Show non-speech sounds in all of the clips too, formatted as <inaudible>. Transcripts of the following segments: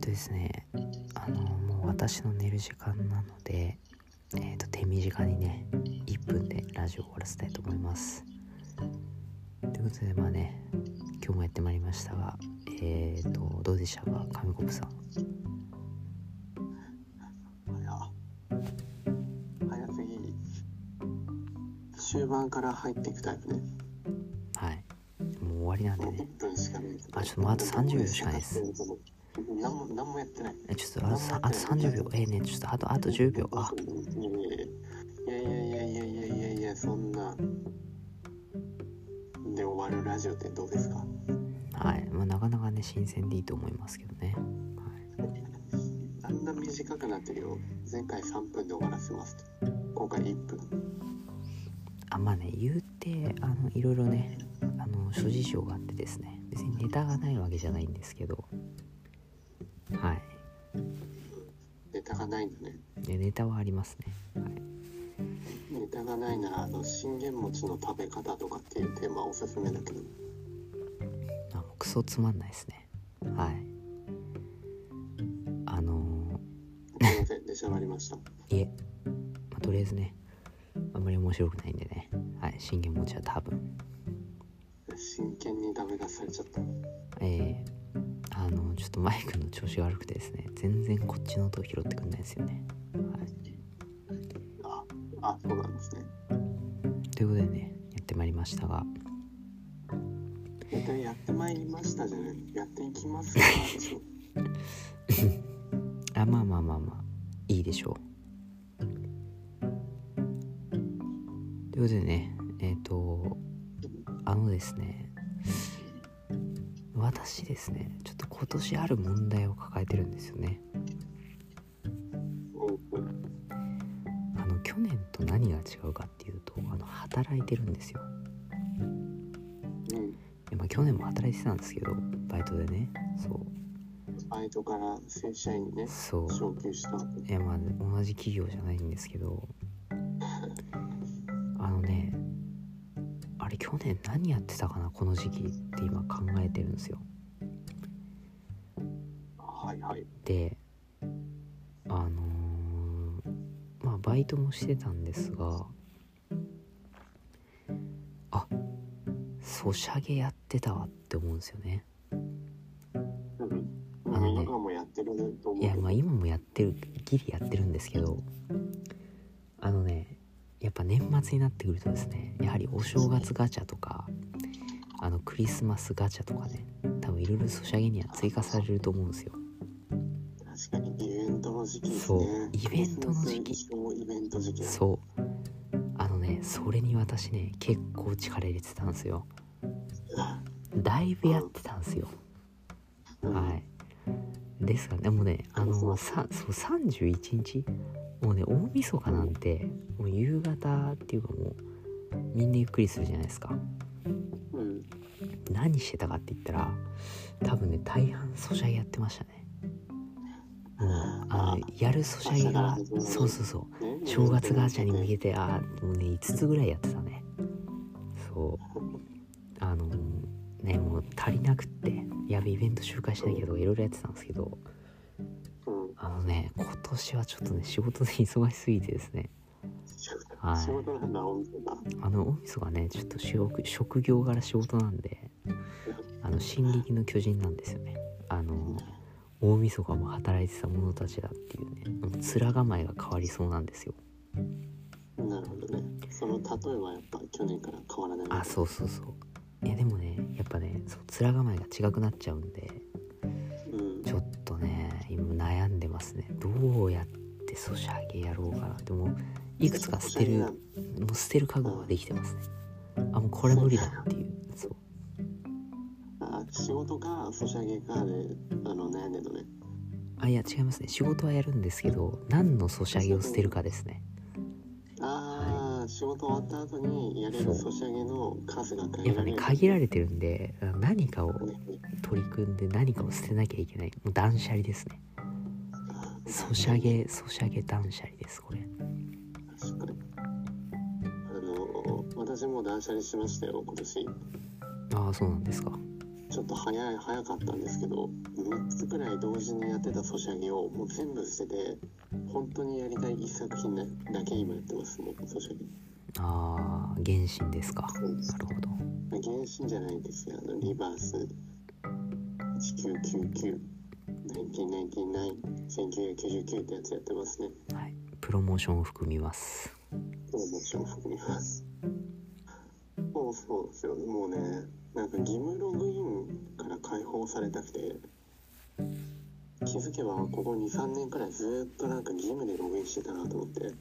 ですねあのもう私の寝る時間なのでえっ、と手短にね1分でラジオを終わらせたいと思いますということでまあね今日もやってまいりましたがえっ、とどうでしたか紙コップさん早すぎ終盤から入っていくタイプねはいもう終わりなんでもうね1分しかないあちょっともうあと30秒しかないです何も何もやってないえちょっとあとさあと30秒ええねちょっとあとあと10秒あいやいやいやいやいやいやいやそんなで終わるラジオってどうですかはい、まあ、なかなかね新鮮でいいと思いますけどね、はだんだん短くなってるよ前回3分で終わらせますと今回1分い、あまあね言うてあのいろいろねあの諸事情があってですね別にネタがないわけじゃないんですけどはいネタがないんだねいやネタはありますね、はい、ネタがないならあの信玄餅の食べ方とかっていうテーマおすすめだけどあもうクソつまんないですねはいあのすいません出し上がりました <laughs> ーいえ、まあ、とりあえずねあんまり面白くないんでねはい信玄餅は多分真剣にダメ出しされちゃったえー、あのちょっとマイクの調子が悪くてですね全然こっちの音を拾ってくんないですよね、はい、ああそうなんですねということでねやってまいりましたがネタやってまいりましたじゃないやっていきますからでしょあまあまあまあまあいいでしょうということでねえっ、とあのですね私ですねちょっと今年ある問題を抱えてるんですよねうんあの去年と何が違うかっていうとあの働いてるんですようんでまあ、去年も働いてたんですけどバイトでねそうバイトから正社員にねそう昇給したいやまあ同じ企業じゃないんですけどあのねあれ去年何やってたかなこの時期って今考えてるんですよはいはいであのーまあバイトもしてたんですがあソシャゲやってたわって思うんですよねうんあのね今もやってると思ういけやどまあ今もやってるギリやってるんですけどあのねやっぱ年末になってくるとですねやはりお正月ガチャとかあのクリスマスガチャとかね多分いろいろソシャゲには追加されると思うんですよ確かにイベントの時期ですそうねイベントの時期そうイベント時期うそうあのねそれに私ね結構力入れてたんですよだいぶやってたんですよはいですがねもうねあのさそう31日もうね大晦日なんてもう夕方っていうかもうみんなゆっくりするじゃないですかうん何してたかって言ったら多分ね大半ソシャゲやってましたねもうあのやるソシャゲがそうそうそうね正月ガチャに向けてあーもうね5つぐらいやってたねそうあのねもう足りなくってやべイベント周回しなきゃとかいろいろやってたんですけどうんあのね今年はちょっとね仕事で忙しすぎてですねはい仕事なんだ本当だあの大晦日ねちょっと職職業柄仕事なんであの「進撃の巨人」なんですよねあの大晦日も働いてた者たちだっていうねもう面構えが変わりそうなんですよなるほどねその例えはやっぱ去年から変わらないあそうそうそういやでもねやっぱねそう面構えが違くなっちゃうんでうんちょっとね今悩んでますねどうやってソシャゲやろうかなでもいくつか捨てるもう捨てる覚悟ができてますねあもうこれ無理だっていうそうあ仕事かソシャゲかであの悩んでるのねあいや違いますね仕事はやるんですけど何のソシャゲを捨てるかですねああ、仕事終わった後にやれそるうソシャゲの数がや限っぱられねる限られてるんで何かをね取り組んで何かを捨てなきゃいけないもう断捨離ですねソシャゲソシャゲ断捨離ですこれ確かにあの私も断捨離しましたよ今年ああそうなんですかちょっと早い早かったんですけど6つくらい同時にやってたソシャゲをもう全部捨てて本当にやりたい一作品だけ今やってますもうソシャゲあー原神ですかそうですなるほど原神じゃないんですよあのリバース1999 1999ってやつやってますねはいプロモーションを含みますそうもちろん含みますそうそうですよもうねなんか義務ログインから解放されたくて気づけばここ23年くらいずっとなんか義務でログインしてたなと思って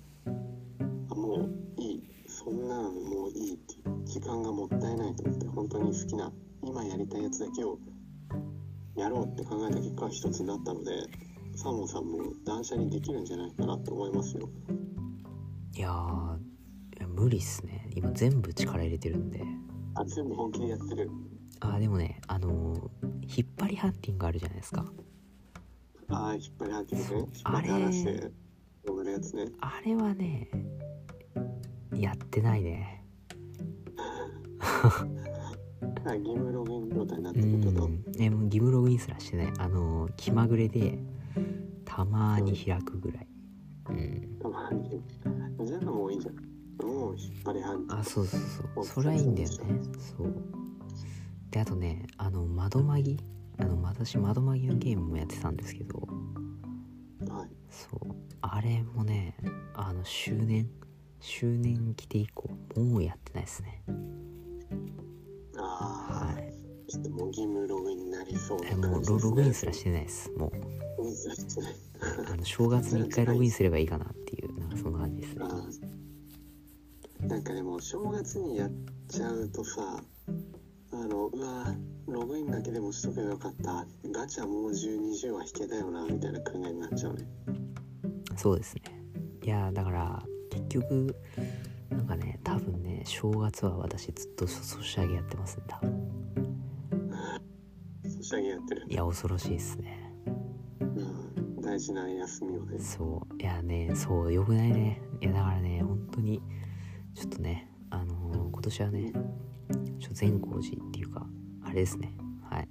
あもういいそんなのもういいっていう時間がもったいないと思って本当に好きな今やりたいやつだけをやろうって考えた結果一つになったのでサーモンさんも断捨離できるんじゃないかなと思いますよいやーいや無理っすね今全部力入れてるんであ全部本気でやってるあーでもねあのー引っ張りハンティングあるじゃないですかああ、引っ張りハンティングね。引っあ張れり離して、登るやつね。あれはねやってないねあ義務ログイン状態になっうてるけど、んえもう義務ログインすらしてないあのー気まぐれでたまに開くぐらいうんたまに。じゃあもういいじゃん。もう引っ張りハンティンあグ。そうそうそうそれはいいんだよねそうであとねあの窓まぎあの私窓まぎのゲームもやってたんですけどはい。そうあれもねあの周年周年来て以降もうやってないですねあはいあ、ちょっともう義務ログインになりそうえなも感うじです、ロね。ログインすらしてないですもうログインすらしてない。あの正月に一回ログインすればいいかなっていうなんかそんな感じですね <laughs> あーなんかでも正月にやっちゃうとさあのうわログインだけでもしとけばよかったガチャもう1210は引けたよなみたいな考えになっちゃうねそうですねいやーだから結局なんかね多分ね正月は私ずっとそソシャゲやってますね多分ソシャゲやってるいや恐ろしいですねうん大事な休みをねそういやねそうよくないねいやだからね本当にちょっとねあのー今年はねちょっと善光寺っていうかあれですねはい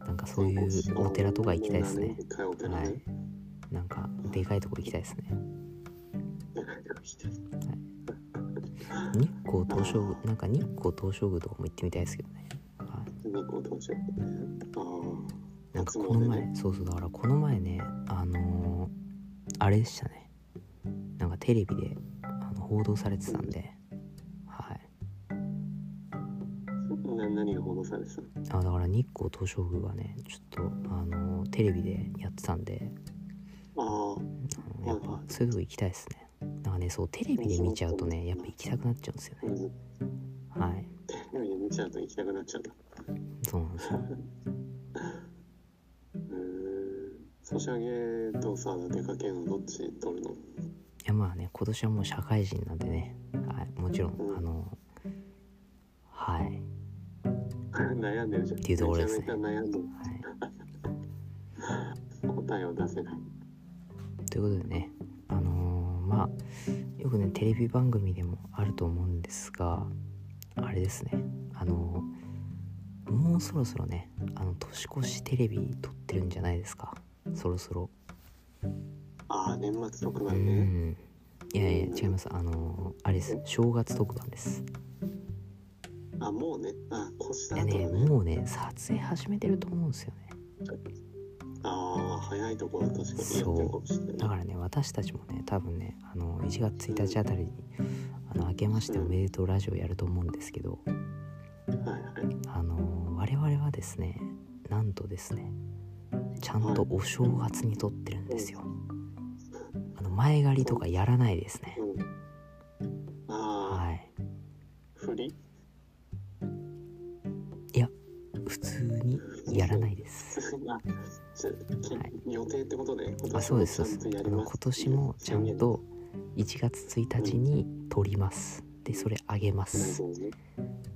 なんかそういうお寺とか行きたいですね一回お寺はねいなんかでかいとこ行きたいですね日光東照宮なんか日光東照宮とかも行ってみたいですけどね、はい、猫をどうしようああなんか夏この詣前、ねそうそうだからこの前ねあのーあれでしたねなんかテレビであの報道されてたんではいな何が報道されてたのあだから日光東照宮がねちょっとあのーテレビでやってたんでああのやっぱそういうとこ行きたいですねなんかねそうテレビで見ちゃうとねやっぱ行きたくなっちゃうんですよあうねんはいテレビで見ちゃうと行きたくなっちゃうんだそうなんですよへーソシャゲとさ出かけるのどっち取るの <laughs> いやまあね今年はもう社会人なんでね、はい、もちろんあのはい、はい、悩んでるじゃんっていうところですねめちゃめちゃ悩んでる答えを出せないということでねあのーまあよくねテレビ番組でもあると思うんですがあれですねあのーもうそろそろねあの年越しテレビ撮ってるんじゃないですかそろそろああ年末特う番ねんいやいや違いますあのーあれです正月特番ですあもうねあ越したいや後ねのねもうね撮影始めてると思うんですよねああ早いところは確かにやってるかもしれだないからね私たちもね多分ねあの1月1日あたりにあの明けましておめでとうラジオやると思うんですけどはいはいあの我々はですねなんとですねちゃんとお正月に撮ってるんですよあの前借りとかやらないですねうんああはい振り <laughs> 普通にやらないですあじゃあはい予定ってことで今あ年そうもですちそゃうですんとやありのま今す年もちゃんと1月1日に撮りますでそれあげま宣言すですね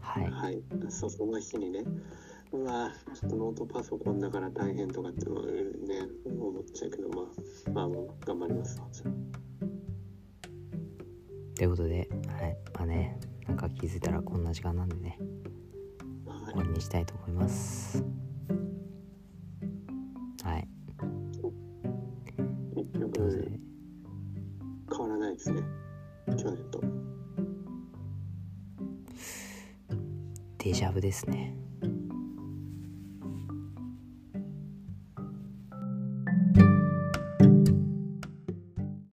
はいはい、そうその日にね、うわちょっとノートパソコンだから大変とかってのはね、思っちゃうけど、まあ、まあ、まあ頑張ります。ということで、はい、まあね、なんか気づいたらこんな時間なんでね、はい終わりにしたいと思います。ってますね、変わらないですね去年とデジャブですね